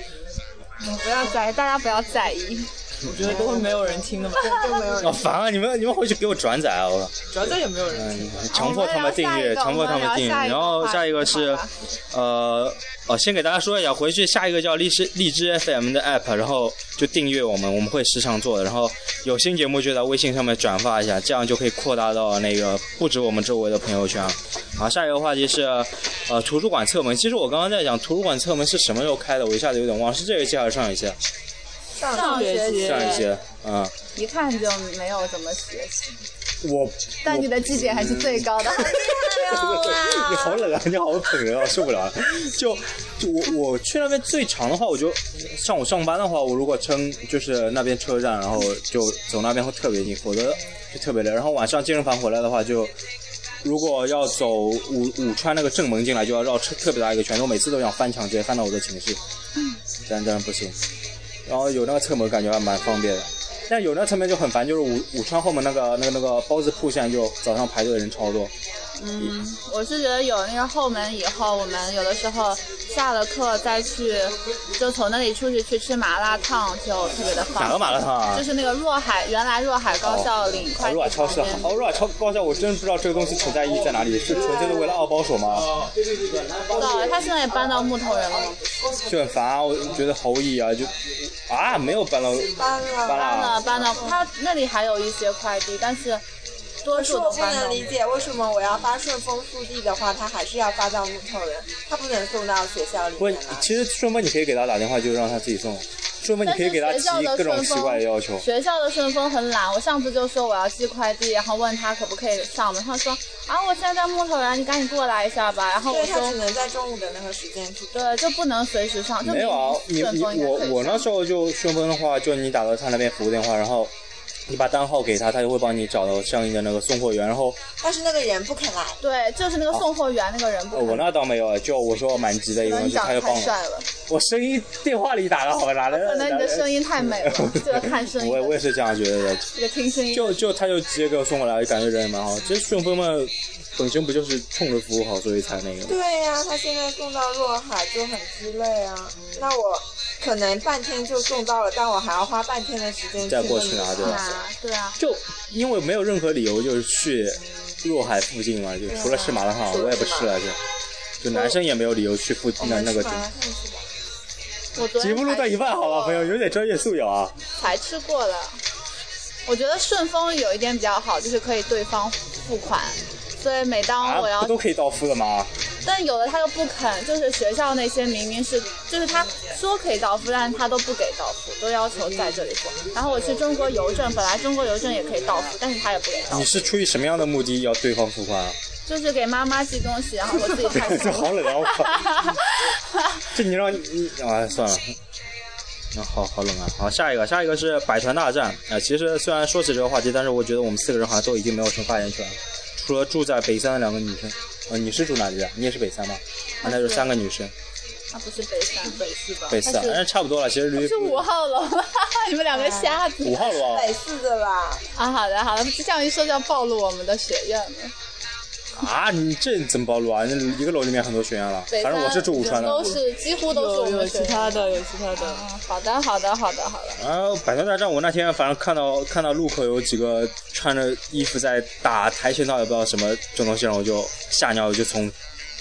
Speaker 2: 不要在意，大家不要在意。
Speaker 3: 我觉得都会没有人听的嘛，
Speaker 4: 都没有
Speaker 1: 好烦啊！你们你们回去给我转载啊！我。
Speaker 3: 主要再也没有人听。
Speaker 1: 嗯强迫他们订阅，
Speaker 2: 好
Speaker 1: 强
Speaker 2: 我
Speaker 1: 迫
Speaker 2: 们
Speaker 1: 他们
Speaker 2: 聊
Speaker 1: 订阅。
Speaker 2: 下一个
Speaker 1: 然后下一个是
Speaker 2: 好吧，
Speaker 1: 呃，哦，先给大家说一下，回去下一个叫荔枝荔枝 FM 的 app，然后就订阅我们，我们会时常做的。然后有新节目就在微信上面转发一下，这样就可以扩大到那个不止我们周围的朋友圈。好，下一个话题是，呃，图书馆侧门。其实我刚刚在讲图书馆侧门是什么时候开的，我一下子有点忘，是这个季还是上一期？
Speaker 4: 上
Speaker 2: 上学期
Speaker 4: 期
Speaker 1: 上一期，嗯，
Speaker 2: 一看就没有怎么学习，
Speaker 1: 我嗯
Speaker 2: 但你的绩点还是最高的，好厉害
Speaker 1: 你
Speaker 2: 哦！
Speaker 1: 好冷啊！你好捧人啊，受不了 了。就就我我去那边最长的话，我就像我上班的话，我如果撑就是那边车站，然后就走那边会特别近，否则就特别累。然后晚上健身房回来的话就。如果要走武武川那个正门进来，就要绕车特别大一个圈。我每次都想翻墙，直接翻到我的寝室，但这样不行。然后有那个侧门，感觉还蛮方便的。但有那侧面就很烦，就是武武川后面那个那个那个包子铺，现在就早上排队的人超多。
Speaker 2: 我是觉得有那个后门以后，我们有的时候下了课再去，就从那里出去去吃麻辣烫，就特别的方便。
Speaker 1: 哪个麻辣烫啊？
Speaker 2: 就是那个若海，原来若海高校领快
Speaker 1: 哦，
Speaker 2: 递
Speaker 1: 若海超市
Speaker 2: 旁边
Speaker 1: 哦，若海超高校，我真不知道这个东西存在意义在哪里，是纯粹的为了二保手吗？
Speaker 2: 不知道，他现在也搬到木头人了吗？
Speaker 1: 就很烦啊，我觉得毫无意义啊，就啊没有搬到
Speaker 4: 搬
Speaker 1: 搬了
Speaker 4: 了。
Speaker 2: 搬了
Speaker 1: 啊，
Speaker 2: 搬到他那里还有一些快递，但是多
Speaker 4: 可是
Speaker 2: 数
Speaker 4: 我
Speaker 2: 都
Speaker 4: 不
Speaker 2: 搬到
Speaker 4: 能理解，为什么我要发顺丰速递的话，它还是要发到木头人，它不能送到学校里
Speaker 1: 不
Speaker 4: 面吗？，
Speaker 1: 其实顺丰你可以给他打电话，就让他自己送。顺丰你可以给他提各种奇怪的要求。
Speaker 2: 学校的顺丰很懒，我上次就说我要寄快递，然后问他可不可以上门，他说啊，我现在在木头人，你赶紧过来一下吧。然后
Speaker 4: 对，
Speaker 2: 我
Speaker 4: 它只
Speaker 2: 说
Speaker 4: 能在中午的那个时间去。
Speaker 2: 对，就不能随时上，就
Speaker 1: 没有啊，你
Speaker 2: 明明
Speaker 1: 你
Speaker 2: 顺丰应该
Speaker 1: 我
Speaker 2: 可以
Speaker 1: 我
Speaker 2: 上
Speaker 1: 那时候就顺丰的话，就你打到他那边服务电话，然后你把单号给他，他就会帮你找到相应的那个送货员。然后
Speaker 4: 但是那个人不肯来，
Speaker 2: 对，就是那个送货员那个人不
Speaker 1: 呃我那倒没有，就我说我蛮急的一个
Speaker 2: 可能
Speaker 1: 东
Speaker 2: 你
Speaker 1: 西，
Speaker 2: 长
Speaker 1: 他
Speaker 2: 得
Speaker 1: 就帮
Speaker 2: 太
Speaker 1: 我。
Speaker 2: 帅了，
Speaker 1: 我声音电话里打的好，哪来的？
Speaker 2: 可 能你的声
Speaker 1: 音。
Speaker 2: 音太美了，这个看声音
Speaker 1: 我也我也
Speaker 2: 的，
Speaker 1: 是这样觉得的，
Speaker 2: 这个听声音。
Speaker 1: 就就他就直接给我送过来，感觉人也蛮好。其实顺丰嘛，本身不就是冲着服务好，所以才那个吗。
Speaker 4: 对呀、他现在送到若海就很鸡肋啊。那我可能半天就送到了，但我还要花半天的时间
Speaker 1: 再过去
Speaker 4: 那
Speaker 1: 拿
Speaker 4: 里
Speaker 1: 对吧
Speaker 2: 啊，对啊，
Speaker 1: 就因为没有任何理由，就是去若海附近嘛，就除了吃麻辣烫，
Speaker 4: 除了
Speaker 1: 我也不吃了，就就男生也没有理由去附
Speaker 4: 我
Speaker 1: 那
Speaker 4: 们
Speaker 1: 那
Speaker 4: 去
Speaker 1: 个
Speaker 4: 马
Speaker 1: 地。
Speaker 4: 拉看去吧。
Speaker 2: 我昨
Speaker 1: 节
Speaker 2: 天
Speaker 1: 目录到一半，好吧，朋友，有点专业素养啊。
Speaker 2: 才吃过了。我觉得顺丰有一点比较好，就是可以对方付款，所以每当我要
Speaker 1: 啊，不都可以到付的吗？
Speaker 2: 但有的他又不肯，就是学校那些明明是，就是他说可以到付，但是他都不给到付，都要求在这里付。然后我去中国邮政，本来中国邮政也可以到付，但是他也不给到
Speaker 1: 你
Speaker 2: 付，
Speaker 1: 是出于什么样的目的要对方付款啊？
Speaker 2: 就是给妈妈寄东西，然后我自己看
Speaker 1: 这好冷啊！我靠，这你让你啊，算了。啊，好好冷啊！好，下一个，下一个是百团大战啊、其实虽然说起这个话题，但是我觉得我们四个人好像都已经没有什么发言权了，除了住在北三的两个女生。啊，你是住哪里啊？你也是北三吗？啊，那就三个女生，
Speaker 2: 他不是北山，
Speaker 3: 北四吧，
Speaker 1: 北四啊，
Speaker 2: 还是
Speaker 1: 那差不多了。其实离
Speaker 2: 是五号楼 吧？你们两个瞎子
Speaker 1: 五号楼啊
Speaker 4: 类似的啦，
Speaker 2: 啊！好的好的，这样一说就要暴露我们的学院了。
Speaker 1: 啊，你这怎么暴露啊？那一个楼里面很多学员了，
Speaker 2: 北
Speaker 1: 反正我是住武川的。
Speaker 2: 都是几乎都是我
Speaker 3: 有哎有
Speaker 2: 们学
Speaker 3: 其
Speaker 2: 院
Speaker 3: 他的，有其他的。
Speaker 2: 啊，好的，好的，好的，好的。
Speaker 1: 然后百团大战，我啊那天反正看到看到路口有几个穿着衣服在打跆拳道，也不知道什么这种东西，然后我就吓尿，我就从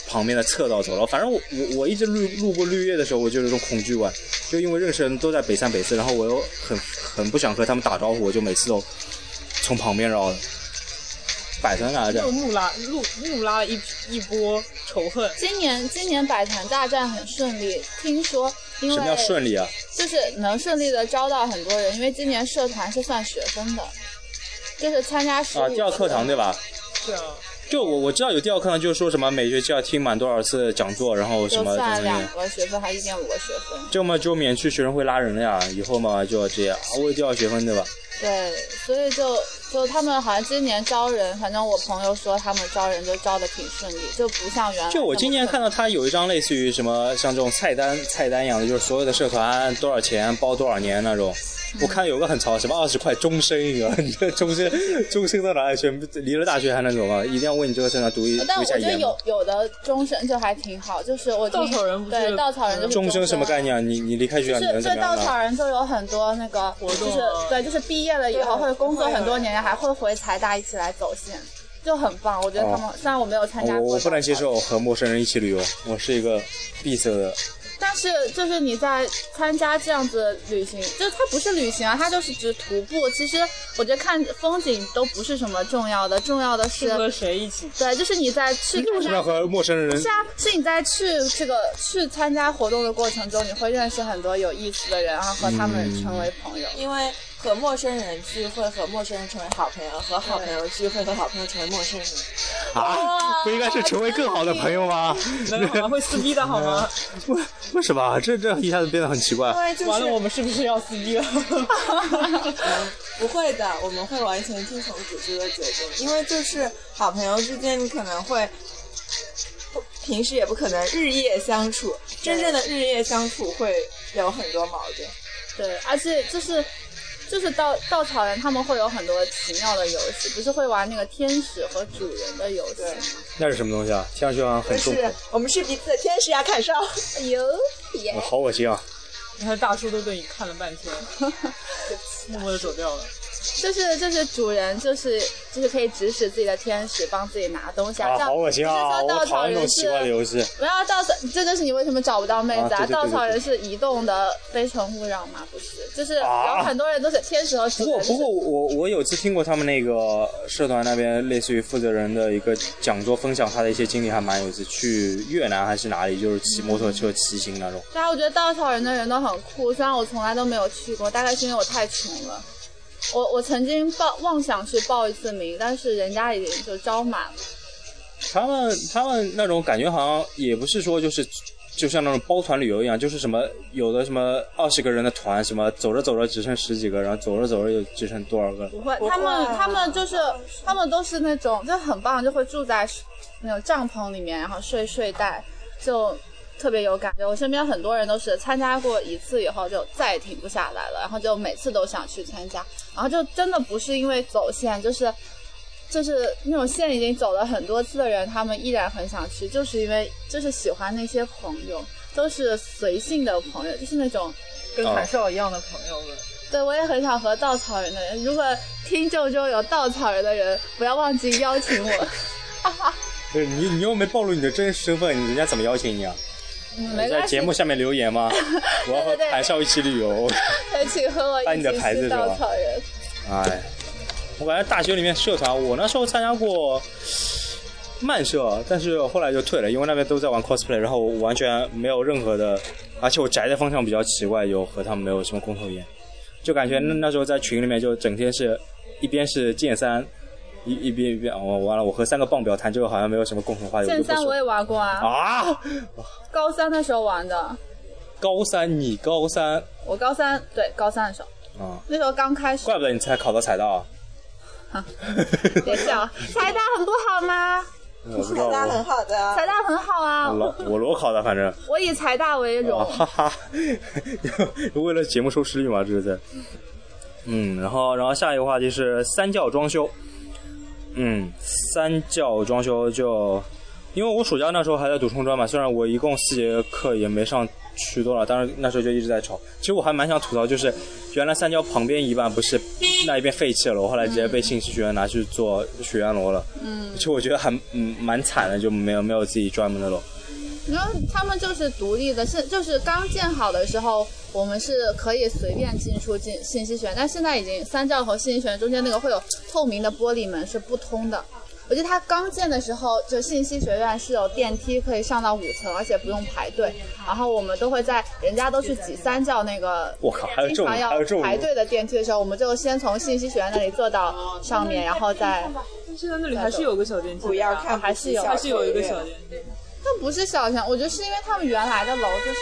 Speaker 1: 旁边的侧道走了。反正我我我一直路路过绿叶的时候，我就有一种恐惧感，就因为认识的人都在北三北四，然后我又很很不想和他们打招呼，我就每次都从旁边绕的。百团大战
Speaker 3: 又，怒拉怒怒拉了一批一波仇恨，
Speaker 2: 今年今年百团大战很顺利，听说因为
Speaker 1: 什么叫顺利啊？
Speaker 2: 嗯就是能顺利的招到很多人，因为今年社团是算学分的，就是参加十五
Speaker 1: 啊，第二课堂对吧？
Speaker 2: 嗯
Speaker 3: 是啊，
Speaker 1: 就我我知道有第二课堂，就是说什么每学期要听满多少次讲座，然后什
Speaker 2: 就
Speaker 1: 么什么
Speaker 2: 算
Speaker 1: 什么
Speaker 2: 两。个学分还一点五个学分，
Speaker 1: 这么就免去学生会拉人了呀，以后嘛就要这样，啊我也就要学分对吧？
Speaker 2: 对，所以就就他们好像今年招人，反正我朋友说他们招人就招的挺顺利，就不像原来
Speaker 1: 就我今年
Speaker 2: 那么
Speaker 1: 看到他有一张类似于什么像这种菜单菜单一样的，就是所有的社团多少钱包多少年那种。我看有个很潮，什么二十块终身一个， 你这终身终身到哪里去？离了大学还能走吗？一定要为你这个社团读一
Speaker 2: 哦但
Speaker 1: 读
Speaker 2: 我
Speaker 1: 一下
Speaker 2: 觉得
Speaker 1: 研吗
Speaker 2: 有有的终身就还挺好，就是我听
Speaker 3: 稻草人不是
Speaker 2: 对稻草人就是
Speaker 1: 终身
Speaker 2: 身
Speaker 1: 什么概？念啊？你你离开学校
Speaker 2: 就
Speaker 1: 你
Speaker 2: 是
Speaker 1: 能怎
Speaker 2: 对
Speaker 1: 么
Speaker 2: 稻
Speaker 1: 样
Speaker 2: 草
Speaker 1: 呢？
Speaker 2: 人就有很多那个，
Speaker 3: 活
Speaker 2: 就
Speaker 3: 动
Speaker 2: 是
Speaker 3: 啊
Speaker 2: 对，就是毕业了以后或者工作很多年还会回财大一起来走线，就很棒。我觉得他们虽然我没有参
Speaker 1: 哦
Speaker 2: 加
Speaker 1: 我
Speaker 2: 过，
Speaker 1: 我不能接，受
Speaker 2: 啊
Speaker 1: 和陌生人一起旅游，我是一个闭塞的。
Speaker 2: 但是就是你在参加这样子旅行，就是它不是旅行啊，它就是只徒步。其实我觉得看风景都不是什么重要的，重要的
Speaker 3: 是
Speaker 2: 是
Speaker 3: 和谁一起？
Speaker 2: 对，就是你在去
Speaker 1: 为什么要和陌生人
Speaker 2: 是啊，是你在去这个去参加活动的过程中，你会认识很多有意思的人，然后和他们成为朋友。
Speaker 4: 因为和陌生人聚会，和陌生人成为好朋友，和好朋友聚会，和好朋友成为陌生人。
Speaker 1: 啊？ 不应该是成为更好的朋友吗？
Speaker 3: 能好像会撕逼的好吗？
Speaker 1: 为 为什么这这一下子变得很奇怪
Speaker 4: 因？为就
Speaker 3: 完了，我
Speaker 4: 是
Speaker 3: 们是不是要撕逼了？
Speaker 4: 不会的，我们会完全听从组织的决定，因为就是好朋友之间，你可能会。不平时也不可能日夜相处，真正的日夜相处会有很多矛盾。
Speaker 2: 对，而且就是就是稻稻草人他们会有很多奇妙的游戏，不是会玩那个天使和主人的游戏吗？
Speaker 1: 那是什么东西啊？听上去好像
Speaker 4: 就
Speaker 1: 很重口
Speaker 4: 是我们是彼此的天使呀，砍少。
Speaker 2: 哎呦，
Speaker 1: 哦好恶心啊！
Speaker 3: 你看大叔都对你看了半天，默默的走掉了。
Speaker 2: 就是就是主人就是就是可以指使自己的天使帮自己拿东西
Speaker 1: 啊，
Speaker 2: 像
Speaker 1: 好恶心啊！
Speaker 2: 不是说
Speaker 1: 我
Speaker 2: 稻
Speaker 1: 讨
Speaker 2: 草
Speaker 1: 厌这种
Speaker 2: 人
Speaker 1: 奇怪的
Speaker 2: 是。
Speaker 1: 游戏。
Speaker 2: 没有啊稻草，这就是你为什么找不到妹子
Speaker 1: 啊对对对
Speaker 2: 稻草人是移动的《非诚勿扰》嘛，不是？就是
Speaker 1: 啊
Speaker 2: 有很多人都是天使和
Speaker 1: 不
Speaker 2: 主
Speaker 1: 过
Speaker 2: 人。
Speaker 1: 不过我我有次听过他们那个社团那边类似于负责人的一个讲座，分享他的一些经历，还蛮有意思。去越南还是哪里，就是骑摩托车骑行那种。
Speaker 2: 对啊，我觉得稻草人的人都很酷，虽然我从来都没有去过，大概是因为我太穷了。我我曾经报妄想去报一次名，但是人家已经就招满了。
Speaker 1: 他们他们那种感觉好像也不是说就是就像那种包团旅游一样，就是什么有的什么二十个人的团，什么走着走着只剩十几个，然后走着走着又只剩多少个。
Speaker 2: 不会，
Speaker 4: 不
Speaker 2: 他们
Speaker 4: 会
Speaker 2: 他们就是他们都是那种就很棒，就会住在那种帐篷里面，然后睡睡袋，就特别有感觉。我身边很多人都是参加过一次以后就再也停不下来了，然后就每次都想去参加，然后就真的不是因为走线，就是。就是那种线已经走了很多次的人，他们依然很想去，就是因为就是喜欢那些朋友，都是随性的朋友，就是那种
Speaker 3: 跟
Speaker 1: 哦
Speaker 3: 凯少一样的朋友们。
Speaker 2: 对，我也很想和稻草人的人。如果听众中有稻草人的人，不要忘记邀 请我。
Speaker 1: 不是你，你又没暴露你的真实身份，人家怎么邀请你啊？
Speaker 2: 嗯，
Speaker 1: 你
Speaker 2: 没
Speaker 1: 在
Speaker 2: 关系
Speaker 1: 节，目下面留言吗？ 我要和
Speaker 2: 对对
Speaker 1: 海少一起旅游。
Speaker 2: 可以请和我
Speaker 1: 把
Speaker 2: 一
Speaker 1: 你的
Speaker 2: 起
Speaker 1: 牌子是
Speaker 2: 去
Speaker 1: 吧
Speaker 2: 稻草 人。
Speaker 1: 哎，我感觉大学里面社团，我那时候参加过漫社，但是我后来就退了，因为那边都在玩 cosplay，然后我完全没有任何的，而且我宅的方向比较奇怪，有和他们没有什么共同语言，就感觉那
Speaker 2: 嗯
Speaker 1: 那时候在群里面就整天是一边是剑三。一一边一边哦，完了！我和三个棒表谈这个好像没有什么共同话题，我
Speaker 2: 剑
Speaker 1: 就不
Speaker 2: 三
Speaker 1: 说
Speaker 2: 我也玩过啊，
Speaker 1: 啊！
Speaker 2: 高三的时候玩的。
Speaker 1: 高三你高三
Speaker 2: 我高三对高三的时候，
Speaker 1: 啊，
Speaker 2: 那时候刚开始。
Speaker 1: 怪不得你才考到彩大啊！
Speaker 2: 别 笑，财大很不好吗？
Speaker 1: 我不知道
Speaker 4: 大家很
Speaker 1: 我
Speaker 4: 好的。
Speaker 2: 财大很好啊
Speaker 1: 我，裸我裸考的，反正。
Speaker 2: 我以财大为荣
Speaker 1: 啊，。哈哈， 为了节目收视率嘛，这是在。嗯，然后然后下一个话题是三教装修。嗯，三教装修就，因为我暑假那时候还在读中专嘛，虽然我一共四节课也没上去多少，但是那时候就一直在吵。其实我还蛮想吐槽，就是原来三教旁边一半不是那一边废弃了，我后来直接被信息学院拿去做学院楼了。嗯，其实我觉得还嗯蛮惨的，就没有没有自己专门的楼。
Speaker 2: 然后他们就是独立的，是就是刚建好的时候，我们是可以随便进出进信息学院，但现在已经三教和信息学院中间那个会有透明的玻璃门是不通的。我记得它刚建的时候，就信息学院是有电梯可以上到五层，而且不用排队。然后我们都会在人家都去挤三教那个
Speaker 1: 我靠，还有这
Speaker 2: 经
Speaker 1: 种
Speaker 2: 常要
Speaker 1: 还有这种
Speaker 2: 排队的电梯的时候，我们就先从信息学院那里坐到上面，然后再
Speaker 3: 但是在那里还是有个小电梯的啊，
Speaker 4: 不要看，
Speaker 2: 还是有
Speaker 3: 还是有一个小
Speaker 4: 小
Speaker 3: 电梯。
Speaker 2: 那不是小强，我觉得是因为他们原来的楼就是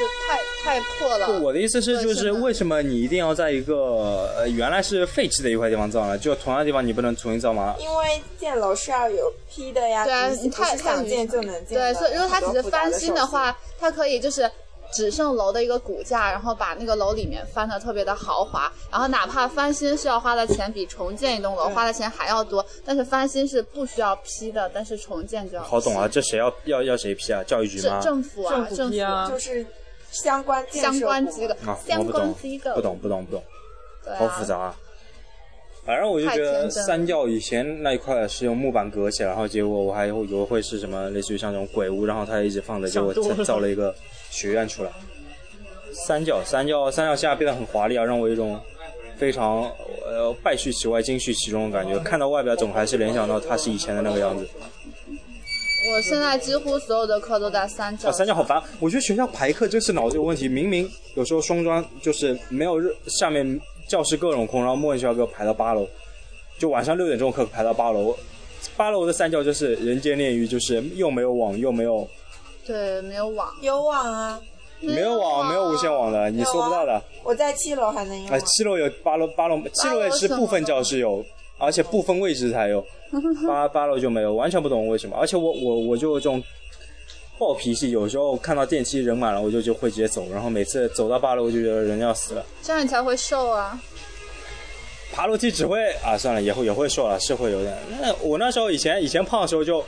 Speaker 2: 太太破了。
Speaker 1: 不我的意思是，就
Speaker 2: 对是
Speaker 1: 是
Speaker 2: 的
Speaker 1: 为什么你一定要在一个呃原来是废弃的一块地方造呢？就同样的地方你不能重新造吗？
Speaker 4: 因为建楼是要有批的呀，
Speaker 2: 对啊
Speaker 4: 你
Speaker 2: 你
Speaker 4: 不是
Speaker 2: 太
Speaker 4: 想建就能建的。
Speaker 2: 对，所以如果它只
Speaker 4: 很
Speaker 2: 是
Speaker 4: 多复杂
Speaker 2: 翻新的
Speaker 4: 手
Speaker 2: 话，它可以就是只剩楼的一个骨架，然后把那个楼里面翻的特别的豪华，然后哪怕翻新是要花的钱比重建一栋楼花的钱还要多，但是翻新是不需要批的，但是重建就要
Speaker 1: 好懂啊，这谁要要要谁批啊？教育局
Speaker 2: 是
Speaker 1: 吗？
Speaker 2: 政府啊，
Speaker 3: 政府
Speaker 2: 政
Speaker 3: 批
Speaker 2: 府
Speaker 3: 啊
Speaker 4: 续就是相关建设
Speaker 2: 相关机构
Speaker 1: 啊，，我
Speaker 2: 相
Speaker 1: 不
Speaker 2: 关
Speaker 1: 懂，
Speaker 2: 机构
Speaker 1: 不，懂，不懂，不懂，
Speaker 2: 对
Speaker 1: 好
Speaker 2: 啊，
Speaker 1: 复杂啊。反正我就觉
Speaker 2: 太
Speaker 1: 得
Speaker 2: 天真了
Speaker 1: 三教以前那一块是用木板隔起来，然后结果我还以为会是什么类似于像这种鬼屋，然后它一直放着，结果
Speaker 3: 想多了
Speaker 1: 才造了一个学院出来。三教，三教，三教现在变得很华丽啊，让我有一种非常呃败絮其外、精絮其中的感觉。看到外表总还是联想到它是以前的那个样子。
Speaker 2: 我现在几乎所有的课都在三教
Speaker 1: 啊，，三教好烦！我觉得学校排课真是脑子有问题。明明有时候双专就是没有日下面教室各种空，然后莫名其妙给我排到八楼，就晚上六点钟课排到八楼。八楼的三教就是人间炼狱，就是又没有网，又没有
Speaker 2: 对，没有网，
Speaker 4: 有网啊，
Speaker 1: 没有网，没有无线网的，你搜不到的。
Speaker 4: 我在七楼还能用
Speaker 1: 哎，
Speaker 4: 网。
Speaker 1: 七楼有，八楼八楼七楼也是部分教室有，而且部分位置才有，八八楼就没有，完全不懂为什么。而且我我我就有这种暴脾气，有时候看到电梯人满了，我就就会直接走，然后每次走到八楼我就觉得人要死了，
Speaker 2: 这样你才会瘦啊。
Speaker 1: 爬楼梯只会啊算了，也会也会瘦了，是会有点。那我那时候以前以前胖的时候就。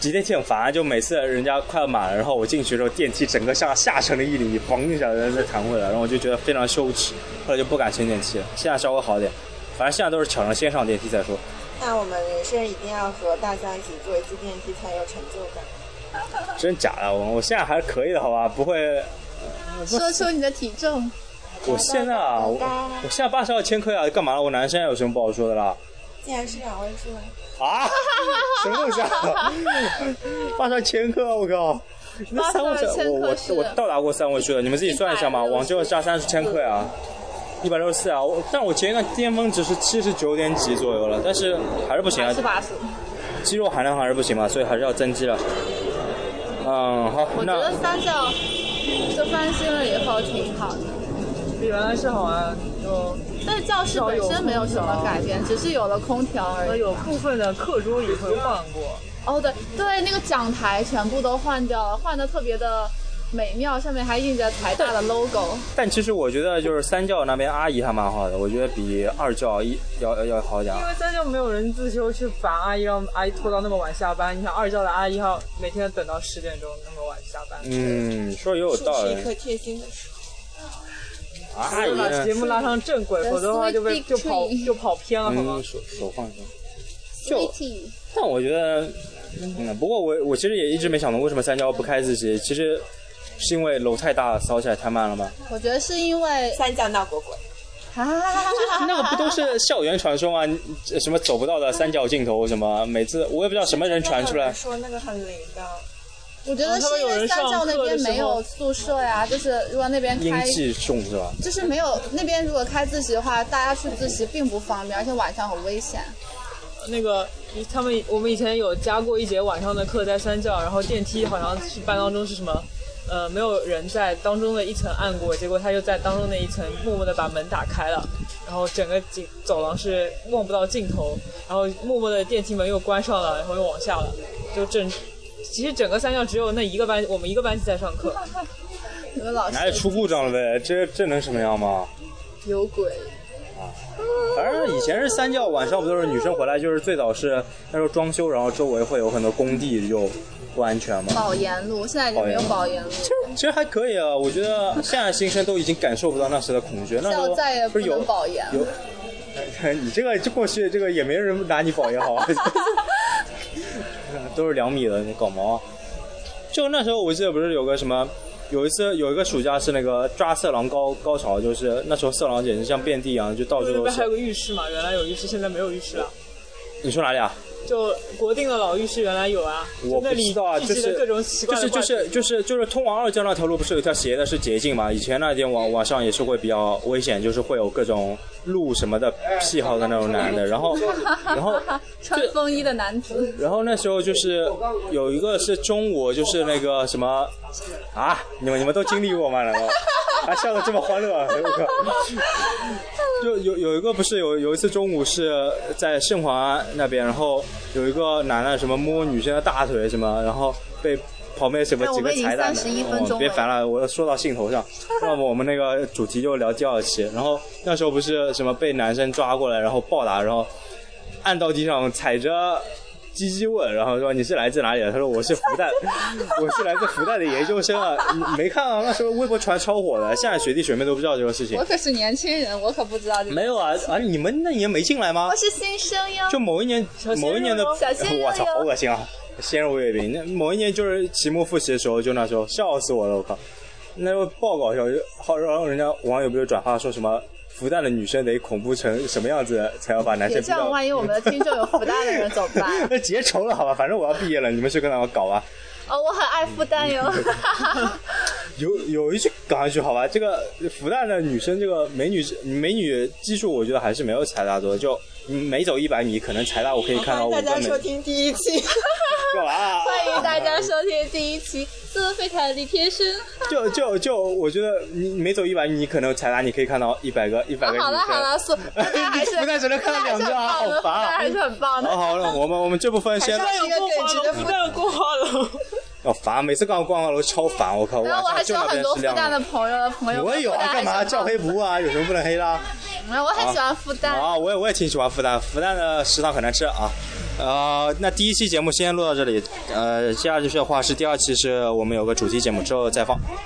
Speaker 1: 挤电梯很烦，就每次人家快满了，然后我进去的时候，电梯整个像下沉了一厘米，嘣一下，然后再弹回来，然后我就觉得非常羞耻，后来就不敢乘电梯了。现在稍微好点，反正现在都是抢着先上电梯再说。
Speaker 4: 那我们人生一定要和大家一起坐一次电梯才有成就感。
Speaker 1: 真假的，我我现在还是可以的，好吧？不会，啊
Speaker 2: 说出你的体重，
Speaker 1: 我现在啊，我我现在八十二千克啊，干嘛了？我男生有什么不好说的啦？
Speaker 4: 竟然是两位数啊，
Speaker 1: 啊？什么东西啊？八十二千克，我靠！那三位
Speaker 2: 82千
Speaker 1: 数，
Speaker 2: 克
Speaker 1: 我我
Speaker 2: 是
Speaker 1: 我到达过三位数的，你们自己算一下嘛。网就加三十千克呀、一百六十四啊。我但我前一段巅峰值是七十九点几左右了，但是还是不行啊，
Speaker 3: 八十，
Speaker 1: 肌肉含量还是不行嘛，所以还是要增肌了。嗯，好，
Speaker 2: 我觉
Speaker 1: 那
Speaker 2: 得三教就翻新了以后挺好的。
Speaker 3: 比原来是好啊玩，就
Speaker 2: 但教室本身没有什么改变，只是有了空调而
Speaker 3: 呃
Speaker 2: 已。
Speaker 3: 有部分的课桌椅会换过，
Speaker 2: 哦，对对，那个讲台全部都换掉了，换的特别的美妙，上面还印着台大的 logo。
Speaker 1: 但其实我觉得就是三教那边阿姨还蛮好的，我觉得比二教一要要要好点儿
Speaker 3: 因。为三教没有人自修去烦阿姨，让阿姨拖到那么晚下班。你想二教的阿姨要每天等到十点钟那么晚下班，
Speaker 1: 嗯，说也有
Speaker 4: 树
Speaker 1: 道
Speaker 4: 是
Speaker 1: 理
Speaker 4: 一。棵贴心的树。
Speaker 1: 阿
Speaker 3: 就把
Speaker 1: 姨，
Speaker 3: 节目拉上正轨，否则的话就被
Speaker 2: Sweet
Speaker 3: 就跑
Speaker 2: tree
Speaker 3: 就跑偏了，好吗
Speaker 1: 嗯，？手手放一放。 就
Speaker 2: Sweetie，
Speaker 1: 但我觉得，嗯，不过我我其实也一直没想懂为什么三教不开自习，其实是因为楼太大，扫起来太慢了 吗？
Speaker 2: 我觉得是因为
Speaker 4: 三降闹鬼鬼，
Speaker 2: 啊，
Speaker 1: 那个不都是校园传说吗？你什么走不到的三角尽头什么？每次我也不知道什么人传出来。
Speaker 4: 说那个很灵的，
Speaker 2: 我
Speaker 1: 啊
Speaker 2: 觉得是因为三教那边没有宿舍呀、就是如果那边
Speaker 1: 阴
Speaker 2: 开，
Speaker 1: 气重是吧？
Speaker 2: 就是没有那边如果开自习的话，大家去自习并不方便，而且晚上很危险。
Speaker 3: 那个他们我们以前有加过一节晚上的课在三教，然后电梯好像是班当中是什么，呃，没有人在当中的一层按过，结果他就在当中那一层默默的把门打开了，然后整个走走廊是望不到尽头，然后默默的电梯门又关上了，然后又往下了，就整。其实整个三教只有那一个班，我们一个班级在上课，
Speaker 2: 你们老
Speaker 1: 哪里
Speaker 2: 师
Speaker 1: 出故障了呗？这这能什么样吗？
Speaker 2: 有鬼，
Speaker 1: 反正以前是三教晚上不都是女生回来，就是最早是那时候装修，然后周围会有很多工地就不安全嘛。
Speaker 2: 保研路现在已经没有保研路，
Speaker 1: 其实还可以啊，我觉得现在新生都已经感受不到那时的恐惧，那时
Speaker 2: 校
Speaker 1: 候
Speaker 2: 再也
Speaker 1: 不
Speaker 2: 不
Speaker 1: 是有
Speaker 2: 能保研了。
Speaker 1: 有， 你这个这过去这个也没人拿你保也好， 都是两米的，你搞毛啊？就那时候我记得不是有个什么，有一次有一个暑假是那个抓色狼高高潮，就是那时候色狼简直像遍地一样，就到处
Speaker 3: 那
Speaker 1: 都
Speaker 3: 边还有
Speaker 1: 是。
Speaker 3: 个浴室嘛，原来有浴室，现在没有浴室了。
Speaker 1: 你说哪里啊？
Speaker 3: 就国定的老浴室原来有啊，
Speaker 1: 我
Speaker 3: 就那
Speaker 1: 不知
Speaker 3: 里
Speaker 1: 道啊，
Speaker 3: 聚
Speaker 1: 就
Speaker 3: 集了
Speaker 1: 是
Speaker 3: 各种奇
Speaker 1: 就
Speaker 3: 怪
Speaker 1: 是
Speaker 3: 的
Speaker 1: 就
Speaker 3: 怪
Speaker 1: 是就是就是通往二教那条路不是有一条斜的，是捷径嘛？以前那边往往上也是会比较危险，就是会有各种路什么的
Speaker 3: 哎
Speaker 1: 癖好的那种男的，然后然 后
Speaker 2: 穿风衣的 男子，
Speaker 1: 然后那时候就是有一个是中午，就是那个什么啊，你们你们都经历过吗？ 难道还笑得这么欢乐、啊？我靠！ 就有有一个不是有有一次中午是在盛华那边，然后有一个男的什么摸女生的大腿什么，然后被。旁边什么
Speaker 2: 哎
Speaker 1: 几
Speaker 2: 我
Speaker 1: 个
Speaker 2: 们已经
Speaker 1: 彩蛋的？
Speaker 2: 31分钟了
Speaker 1: 哦别烦了，我说到兴头 上。那么我们那个主题就聊第二期。然后那时候不是什么被男生抓过来，然后暴打，然后按到地上踩着鸡鸡问，然后说你是来自哪里的？他说我是复旦，我是来自复旦的研究生啊。 你没看啊，那时候微博传超火的，现在学弟学妹都不知道这个事情
Speaker 2: 我。可是年轻人，我可不知道这个。
Speaker 1: 没有啊，啊，你们那年没进来吗
Speaker 2: 我？是新生哟，
Speaker 1: 就某一年，
Speaker 3: 鲜肉
Speaker 1: 某一年的，
Speaker 3: 哟
Speaker 2: 小鲜肉哟
Speaker 1: 我操，好恶心啊！鲜肉月饼，那某一年就是期末复习的时候，就那时候笑死我了，我靠！那时候爆搞笑，好然后人家网友不是转发说什么复旦的女生得恐怖成什么样子才要把男生
Speaker 2: 别
Speaker 1: 逼
Speaker 2: 这
Speaker 1: 到
Speaker 2: 样，万一我们的听众有复旦的人怎么办？
Speaker 1: 那结仇了好吧，反正我要毕业了，你们去跟他们搞吧。
Speaker 2: 哦，我很爱复旦哟。
Speaker 1: 嗯有有一句搞一句好吧，这个呃复旦的女生这个美女美女基数，我觉得还是没有财大多，就每走一百米，可能财大我可以看
Speaker 4: 欢
Speaker 1: 到
Speaker 4: 迎
Speaker 1: 五
Speaker 4: 大
Speaker 1: 个
Speaker 4: 家
Speaker 1: 美
Speaker 4: 收听第一期。
Speaker 1: 干嘛啊？
Speaker 2: 欢迎大家收听第一期《自费凯的贴身》
Speaker 1: 就就就，我觉得你每走一百米，你可能财大你可以看到一百个一百
Speaker 2: 啊
Speaker 1: 个女生。
Speaker 2: 好了好 了，苏，大家还是
Speaker 1: 复旦只能看到两张好
Speaker 2: 复
Speaker 1: 烦
Speaker 2: 旦
Speaker 1: 啊
Speaker 2: 还是很棒的。
Speaker 1: 好好了，我们我们这部分先
Speaker 4: 还是要
Speaker 3: 有
Speaker 4: 有一个
Speaker 3: 光
Speaker 4: 对
Speaker 3: 华
Speaker 4: 值
Speaker 3: 楼，
Speaker 4: 的
Speaker 3: 不
Speaker 4: 复
Speaker 3: 但有光华楼，
Speaker 1: 哦烦，每次逛逛花楼超烦，我靠，晚
Speaker 2: 然后我还
Speaker 1: 上
Speaker 2: 是
Speaker 1: 就
Speaker 2: 有
Speaker 1: 那
Speaker 2: 很
Speaker 1: 边
Speaker 2: 多
Speaker 1: 是
Speaker 2: 复
Speaker 1: 亮
Speaker 2: 旦
Speaker 1: 的。
Speaker 2: 的朋友，朋友
Speaker 1: 我也有啊，干嘛叫黑不啊？有什么不能黑的啊？
Speaker 2: 没嗯有，我很喜欢复旦。
Speaker 1: 啊，我也我也挺喜欢复旦，复旦的食堂很难吃啊。呃，那第一期节目先录到这里，呃，接下去的话是第二期，是我们有个主题节目之后再放。